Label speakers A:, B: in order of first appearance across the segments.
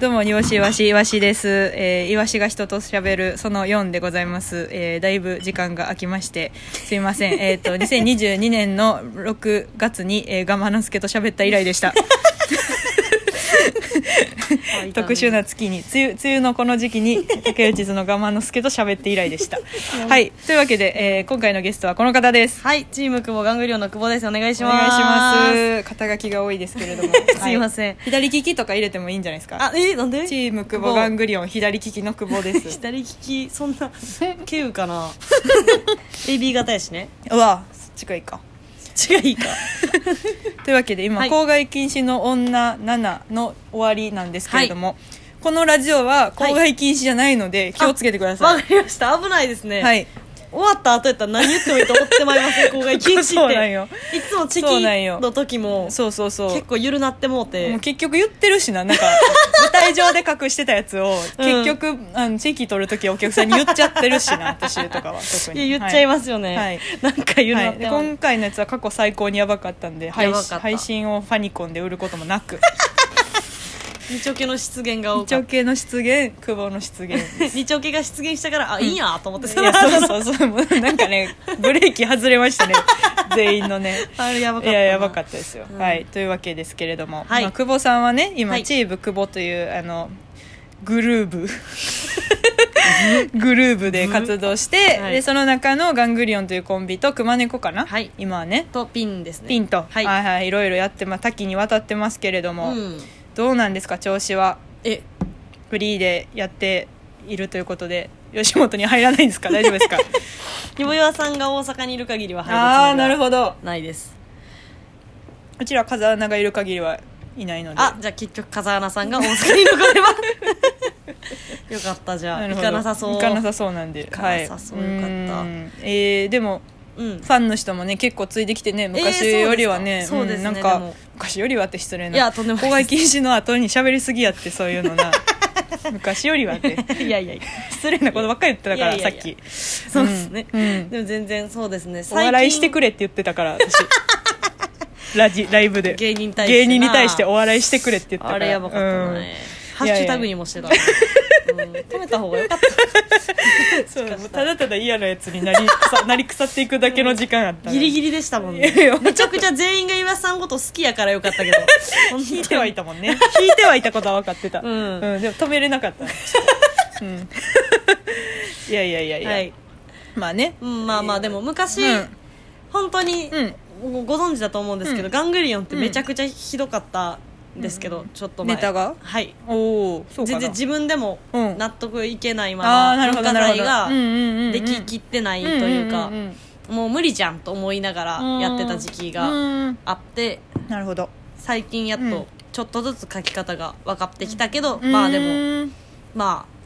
A: どうも、にわしいわしいわしです。えー、いわしが人と喋る、その4でございます。えー、だいぶ時間が空きまして、すいません。えっ、と、2022年の6月に、えー、ガマノスケと喋った以来でした。特殊な月に、梅雨、梅雨のこの時期に、竹内図のガマノスケと喋って以来でした。はい。というわけで、えー、今回のゲストはこの方です。
B: はいチーム久保ガングリオンの久保ですお願いし
A: お
B: ます
A: 願いします。肩書きが多い ですけれども。
B: すいません
A: はい左利きとか入れてもいいんじゃないですか。
B: あえなんで
A: チーム久保ガングリオン左利きの久保です
B: 左利きそんな稀有かな AB 型やしね
A: うわそっちがいいか
B: 違いいか
A: というわけで今、
B: はい
A: 公害禁止の女7の終わりなんですけれども、このラジオは公害禁止じゃないので、気をつけてくださ
B: わ
A: い
B: かりました危ないですね、
A: はい
B: 終わった後やったら何言ってもいいと思ってまいり ません公害禁止って
A: そうなんよ
B: いつもチ
A: そうなん
B: キ
A: よ
B: の時も
A: そうそうそう
B: 結構ゆるなってもう
A: も
B: て
A: う結局言ってるしななんか舞台上で隠してたやつを、
B: うん
A: 結局あのチェキ取る時お客さんに言っちゃってるしな私とかは特に
B: いや言っちゃい
A: は
B: ますよね、
A: はい
B: なんかゆるな
A: は
B: っ
A: い、
B: て
A: で
B: もう
A: 今回のやつは過去最高にやばかったんで
B: や
A: 配
B: ばかった
A: 信配信をファニコンで売ることもなく
B: 二丁系の出現が多
A: 一
B: かっ
A: 応系の出現久保の出現
B: た二丁系が出現したからあ、いいやと思って
A: いや そうそうそうもうなんかねブレーキ外れましたね全員のね
B: あれやば
A: い
B: かったな
A: ややばかったですよ、
B: うん
A: はいというわけですけれども、
B: はい
A: まあ、久保さんはね今、
B: はい
A: チーム久保というあのグルーブグルーブで活動して、
B: はい
A: でその中のガングリオンというコンビと熊猫かな、
B: はい
A: 今はね
B: とピンですね
A: ピンと、
B: はい、
A: はいはいいろいろやって、まあ、多岐にわたってますけれども、
B: うん、
A: どうなんですか調子は
B: え
A: フリーでやっているということで吉本に入らないんですか大丈夫ですか
B: ひぼよわさんが大阪にいる限りは入るつもりは
A: ああなるほど
B: ないです
A: うちら風穴がいる限りはいないので
B: あじゃあ結局風穴さんが大阪に残 ればよかったじゃあ
A: る
B: 行
A: ほど
B: かなさそう
A: 行かなさそうなんで行
B: かなさそうよかった
A: えーでも
B: うん
A: ファンの人もね結構ついてきてね昔よりはね、
B: そうです
A: んな
B: かそうですね
A: ん
B: で
A: か
B: も
A: 昔よりはって失礼ない
B: やとんでもない
A: 公 害禁止の後に喋りすぎやってそういうのな昔よりはって
B: いやいやいや
A: 失礼なことばっかり言ってたから
B: いやいやいや
A: さっき
B: そうですね、
A: うん
B: でも全然そうですね
A: お笑いしてくれって言ってたから 私ラジライブで
B: 芸人に対してな
A: 芸人に対してお笑いしてくれって言ったから
B: あれやばかったね、
A: うん
B: ハッシュタグにもして たわ、うん、止めた方がよかった
A: うんそうもうただただ嫌なやつに なり腐なり腐っていくだけの時間あった
B: ギリ
A: リ
B: ギリでしたもん
A: いやい
B: ね
A: や
B: めちゃくちゃ全員が岩田さんのこと好きやからよかったけど 本当
A: 引
B: に
A: いてはいたもん ね引いてはいたことは分かってた
B: うん
A: でも止めれなか ったうんいやいやいやいや、
B: はい、
A: まあね
B: うん、まあまあでも昔、
A: うん
B: 本当に、
A: うん
B: ごご存知だと思うんですけど、
A: うん
B: ガングリオンってめちゃくちゃひどかったんですけど、ちょっと前
A: ネタが
B: はい
A: おおそうか
B: 全
A: な
B: 然自分でも
A: うん
B: 納得いけないま
A: ああーな
B: ま
A: るほど
B: 文
A: な
B: 化
A: るほ
B: 財
A: ど
B: が
A: うんうんうんうん
B: でききってないというか
A: んんん
B: もう無理じゃんと思いながら
A: うん
B: やってた時期が
A: うん
B: あって
A: なるほど
B: 最近やっ
A: うん
B: とちょっとずつ書き方が分かってきたけど、まあでも
A: も
B: まあ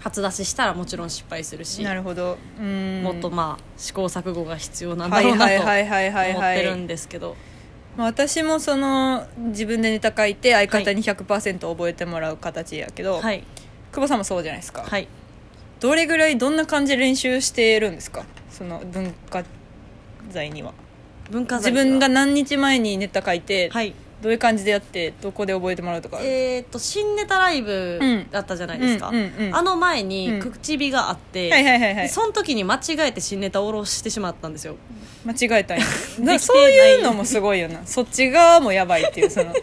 B: 初出ししたらもちろん失敗するし
A: なるほどうん
B: もっとまあ試行錯誤が必要なんだ
A: は
B: ろ
A: いう
B: な
A: はい
B: と
A: は
B: 思
A: いはいはい
B: っ
A: は
B: てるん
A: い
B: ですけど
A: まあ私もその自分でネタ書いて相方に100%覚えてもらう形やけど、
B: はい
A: 久保さんもそうじゃないですか、
B: はい
A: どれぐらいどんな感じで練習してるんですかその文化財には
B: 文化
A: 自
B: 財では
A: 分が何日前にネタ書いて、
B: はい
A: どういう感じでやってどこで覚えてもらうとかある
B: えー、と新ネタライブだったじゃないですか、
A: うんうんうん
B: あの前
A: うん
B: に口火があって、
A: はいはいはいは
B: で
A: い
B: その時に間違えて新ネタを下ろしてしまったんですよ
A: 間違えたん や
B: ない
A: そういうのもすごいよなそっち側もやばいっていうそ の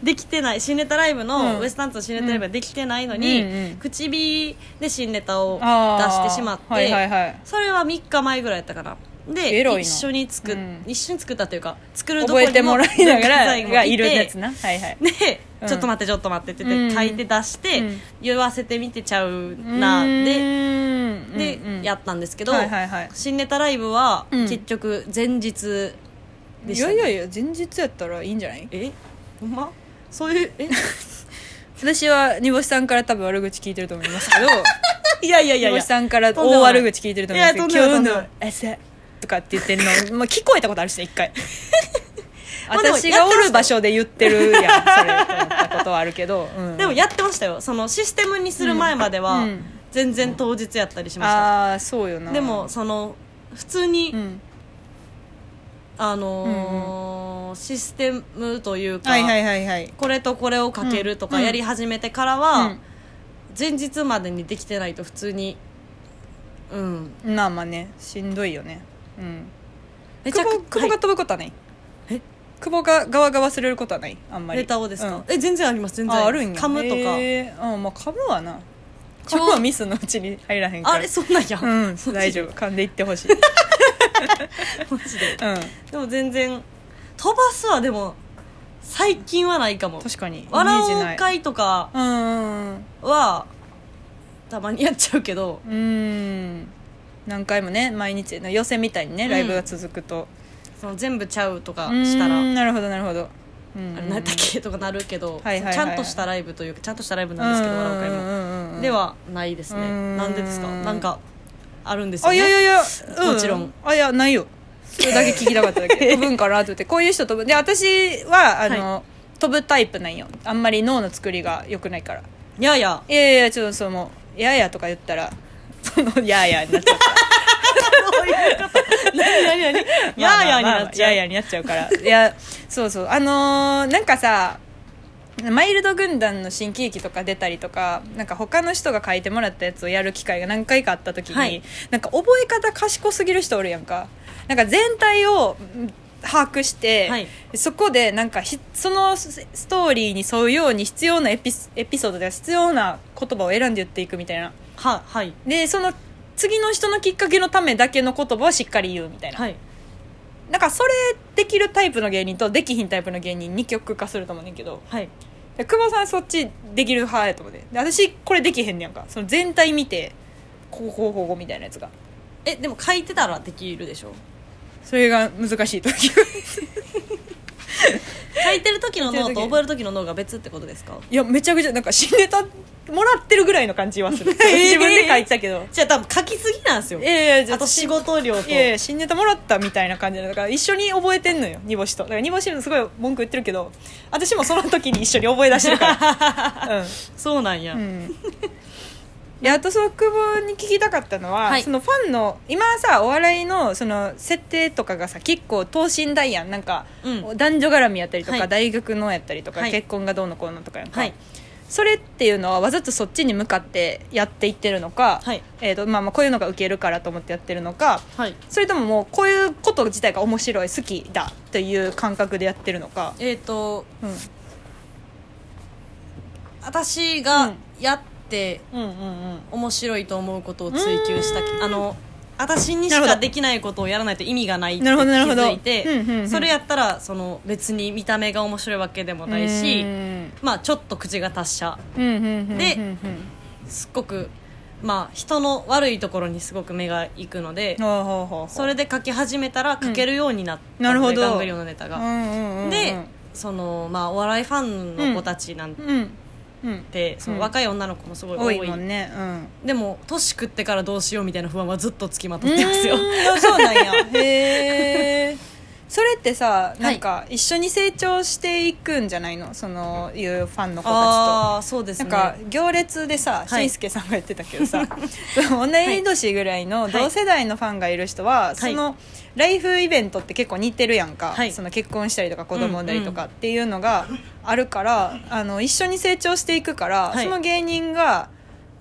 B: できてない新ネタライブの、
A: うん
B: ウエスタンツの新ネタライブができてないのに、
A: うんうん
B: 口火で新ネタを出
A: あー
B: してしまって、
A: はいはいはい
B: それは3日前ぐらいやったかなで
A: エロいな
B: 一緒に作っ、
A: うん
B: 一緒に作ったというか作るどこ
A: 覚
B: に
A: え
B: も
A: てもらいなが
B: 文化
A: ら
B: 財も
A: がいるやつなはいはい
B: で、
A: うん
B: ちょっと待ってちょっと待ってって言って
A: うん
B: 書いて出して、
A: うん
B: 言わせてみてちゃうなで、
A: で
B: で、や
A: っ
B: ったんですけ
A: け
B: ど、
A: はいはいはい
B: 新ネタライブは
A: うん
B: 結局前日で
A: い
B: し
A: や
B: た、ね
A: いやいや前日やったらいいんじゃない
B: えほんまそういうえ
A: 私は煮干しさんから多分悪口聞いてると思いますけど
B: いやいやい
A: 煮
B: やい
A: 干
B: や
A: しさんから
B: とんでも
A: 大
B: な
A: 悪
B: い
A: 口聞いてると思いますけど
B: いやと
A: 今
B: ん
A: 日
B: でもない
A: の朝とかって言ってるの、まあ、聞こえたことあるしね一回
B: まあでも
A: 私がおる場所で言ってるやんそれと思ったことはあるけど、うん
B: でもやってましたよそのシステムにする前までは
A: うんうん
B: 全然当日やったりしました、
A: ああそうよな
B: でもその普通に、
A: うん
B: あのーのシステムというか、
A: はいはいはいはい
B: これとこれをかけるとか
A: うん
B: やり始めてからは、
A: うん
B: 前日までにできてないと普通にうん
A: まあまあねしんどいよねうん
B: め
A: 久保久保が
B: はい
A: 飛ぶことはない
B: え
A: 久保が側が忘れることはないあんまり
B: レタオですか、
A: うん
B: え全然あります全然
A: ああるんや
B: カムとか、
A: へーうんまあカムはな
B: ちょ
A: カムはミスのうちに入らへんから
B: あれそんなんや、
A: うん
B: そっち
A: 大丈 夫噛んでいってほしい
B: マジで
A: うん
B: でも全然飛ばすはでも最近はないかも
A: 確かにイメ
B: 笑
A: ージ
B: お
A: な
B: う
A: い
B: 会とか
A: うんうん
B: はたまにやっちゃうけど
A: うんうん何回もね毎日の予選みたいにねライブが続くと
B: その全部ちゃうとか
A: し
B: した
A: た
B: ら
A: ら
B: 「
A: なるほどなるほどうん
B: あれ何やったっけ?」とかなるけど
A: はいはいはい
B: ちゃんとしたライブというかちゃんとしたライブなんですけど
A: うん
B: 笑う会
A: うんう
B: も
A: んうん
B: ではないです
A: う
B: ね
A: ん
B: なんでですかなんかあるんですよ
A: あいやいや
B: ね
A: いや、う
B: もちろん
A: あいやないよそれだけ聞きたかっただけ 飛ぶんかなと思ってこういう人飛ぶで私はあの、飛ぶタイプなんよあんまり脳の作りが良くないから
B: いやいや
A: いやいやちょっとその「やや」とか言ったらその「やや」になっちゃう
B: 何何何 ややになっちゃ
A: や
B: う
A: やになっちゃうからいやそうそうあのーなんかさマイルド軍団の新喜劇とか出たりとかなんか他の人が書いてもらったやつをやる機会が何回かあった時に、
B: はい
A: なんか覚え方賢すぎる人おるやんかなんか全体をうん把握して、
B: はい
A: そこでなんかひそのスストーリーに沿うように必要なエピスエピソードでは必要な言葉を選んで言っていくみたいな
B: ははい
A: でその次の人のきっかけのためだけの言葉をしっかり言うみたいな、
B: はい
A: なんかそれできるタイプの芸人とできひんタイプの芸人2極化すると思うねんけど
B: はい
A: で久保さんそっちできる派やと思うでで私これできへんねやんかその全体見てこうこうこうこうみたいなやつが
B: えでも書いてたらできるでしょ
A: それが難しい時 い
B: 書いてる時の脳
A: 書いて
B: と
A: る時
B: 覚える時の脳が別ってことですか
A: やめちゃくちゃなんか新ネタもらってるぐらいの感じはする
B: えー
A: 自分で書いてたけど
B: じゃあ多分書きすぎなんですよ
A: いやいやじゃ
B: あと仕事量と
A: いやいや新ネタもらったみたいな感じでだから一緒に覚えてんのよ煮干しとだから煮干しすごい文句言ってるけど私もその時に一緒に覚え出してる から、
B: そうなんや、
A: うんうん、であとその久保に聞きたかったのは、
B: はい
A: そのファンの今さお笑いのその設定とかがさ結構等身大やんなんか、
B: うん
A: 男女絡みやったりとか、
B: はい
A: 大学のやったりとか、
B: はい
A: 結婚がどうのこうのとかやんか、
B: はい
A: それっていうのはわざとそっちに向かってやっていってるのか、
B: はい
A: えーとまあ、まあこういうのが受けるからと思ってやってるのか
B: はい
A: それとももうこういうこと自体が面白い好きだという感覚でやってるのか、
B: えっ、と
A: うん、
B: 私
A: う
B: が
A: ん
B: やって
A: うんうんうん
B: 面白いと思うことを追求したきあの私にし
A: なるほ
B: か
A: ど
B: できないことをやらないと意味がないって気
A: なるほどなるほど
B: づいて、
A: うんうんうん
B: それやったらその別に見た目が面白いわけでもないし、
A: うん
B: まあちょっと口が達者
A: うんうんうんうん
B: で
A: うんうん
B: すっごくまあ人の悪いところにすごく目がいくので
A: ほうほうほうほう
B: それで書き始めたら書けるようになった、
A: なるほど
B: ガングリオンのネタ
A: う
B: が、
A: んうんうんうん
B: でそのまあお笑いファンの子たちなん
A: うんうん
B: て、その若い女の子もすごい多
A: 多
B: い
A: いもんねうん
B: でも年食ってからどうしようみたいな不安はずっとつきまとってますよ
A: うーんそうなんやへえ それってさなんか一緒に成長していくんじゃないのそのいうファンの子たちと
B: あーそうです
A: なん
B: ね
A: か行列でさ、
B: はい
A: しんすけさんが言ってたけど さ同い年ぐらいの同世代のファンがいる人は、そのライフイベントって結構似てるやんか、
B: はい
A: その結婚したりとか子供産んだりとかっていうのがあるから、あの一緒に成長していくから、
B: はい
A: その芸人が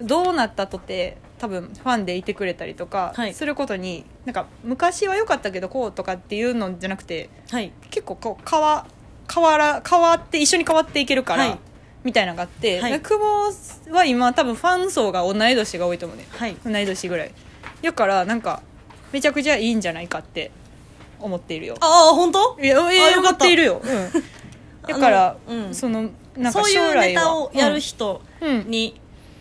A: どうなったとて多分ファンでいてくれたりとか
B: はい
A: することに、なんか昔は良かったけどこうとかっていうのじゃなくて
B: はい
A: 結構こう変わ変わら変わって一緒に変わっていけるから、
B: はい
A: みたいなのがあって、
B: はい
A: で久保は今多分ファン層が同い年が多いと思うね
B: はい
A: 同い年ぐらいだからなんかめちゃくちゃいいんじゃないかって思っているよ
B: ああ本当
A: いやえ
B: あ
A: え
B: よ
A: 思
B: かった
A: っているよ、 うん、だから、
B: あのうん
A: そのなん
B: そ
A: か
B: う
A: 将来は
B: いうネタをやる人
A: うん
B: に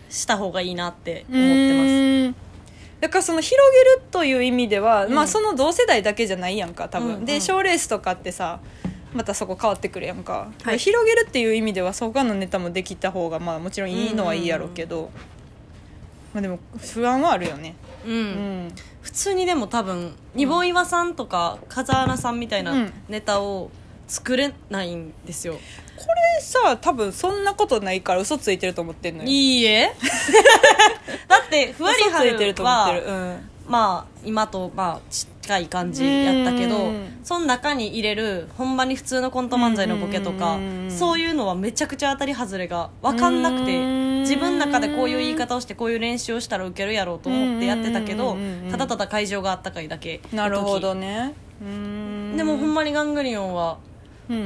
B: した方がいいなって
A: うん
B: 思って
A: うんだからその広げるという意味では、
B: うん
A: まあその同世代だけじゃないやんか多分、
B: うんうん
A: で賞レースとかってさまたそこ変わってくるやんか、
B: はい
A: 広げるっていう意味では他のネタもできた方がまあもちろんいいのはいいやろうけど、まあでも不安はあるよね
B: ますう
A: うんん
B: 普通にでも多分ニボン岩さんとか風穴さんみたいうなんネタを作れないんですよ、
A: でさ多分そんなことないから嘘ついてると思ってんのよ
B: いいえ だってふわりは
A: 嘘ついてる
B: る
A: と思ってる
B: はまあ今とまあち近い感じやったけ
A: う
B: ど
A: ん
B: その中に入れるほんまに普通のコント漫才のボケとか
A: うん
B: そういうのはめちゃくちゃ当たり外れが分かんなくて
A: うん
B: 自分の中でこういう言い方をしてこういう練習をしたらウケるやろうと思ってやってたけど
A: うん
B: ただただ会場があったかいだけ
A: なるほど
B: の
A: ね
B: 時でもほん
A: ま
B: まにガングリオンは
A: うんうん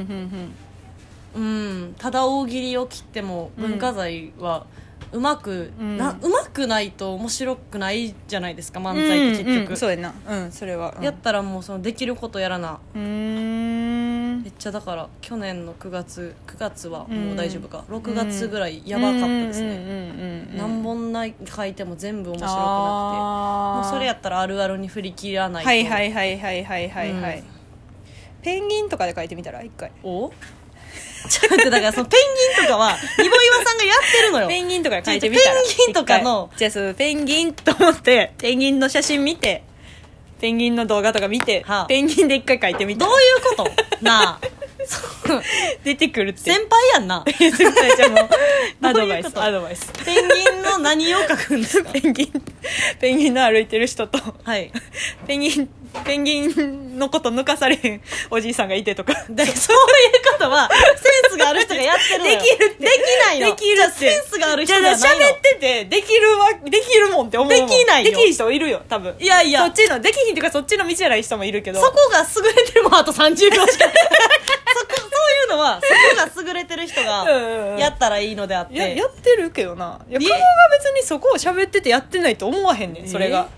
A: うん
B: うんただ大喜利を切っても文化財はうまく、
A: うん
B: なうまくないと面白くないじゃないですか漫才って結
A: うんう
B: 局、
A: んそうやなうんそれはうん
B: やったらもうそのできることやらな
A: うーん
B: めっちゃだから去年の9月9月はもう大丈夫か、
A: うん
B: 6月ぐらいやばかったですね、
A: ね
B: 何本ない書いても全部面白くなくても
A: も
B: うそれやったらあるあるに振り切らないと
A: はいはいはいはいはいはいはい、
B: うん
A: ペンギンとかで書いてみたら一回
B: おちょっと待ってだからそのペンギンと かはニボイワさんがやってるのよ
A: ペンギンとかで書いてみたら
B: ちょっとペンギンとかの
A: 一回じゃあそのペンギンと思ってペンギンの写真見てペンギンの動画とか見て、
B: はあ
A: ペンギンで一回書いてみた
B: どう
A: ら
B: いうことなあそう
A: 出てくるって
B: 先輩やんなペ
A: 先輩じゃあもうア
B: ど
A: ド
B: うい
A: バ
B: う
A: イ
B: こ
A: ス
B: と
A: アドバイス
B: ンギンの何を書くんですか
A: ペンギンペンギンの歩いてる人と
B: はい
A: ペンギンペンギンのこと抜かされへんおじいさんがいてとか
B: でそういうことはセンスがある人がやってるのよ
A: できるって
B: できないの
A: できるって
B: じゃあセンスがある人じゃないの
A: じゃあ喋っててできるわできるもんって思うもん
B: できないよ
A: できる人いるよ多分
B: いやい
A: そっ
B: や
A: ちのできひんっていうかそっちの道じゃない人もいるけど
B: そこが優れてるもんあと30秒しか そこそういうのはそこが優れてる人
A: うんうんう
B: が
A: ん
B: やったらいいのであって
A: ややってるけどないや
B: え
A: 顔が別にそこを喋っててやってないと思わへんねんそれが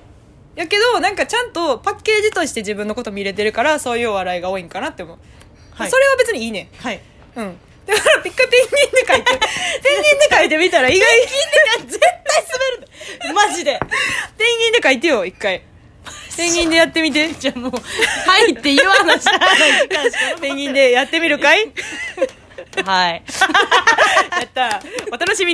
A: やけどなんかちゃんとパッケージとして自分のこと見れてるからそういうお笑いが多いんかなって思う、
B: はい
A: それは別にいいねん
B: はい
A: うんだから一回ペンギンで書いてペンギンで書いてみたら意外に
B: 絶対滑るマ ジで
A: ペンギンで書いてよ一回ペンギンでやってみて
B: じゃあもう「はい」って言わなきゃ
A: ペンギンでやってみるかい
B: はい
A: やったお楽しみに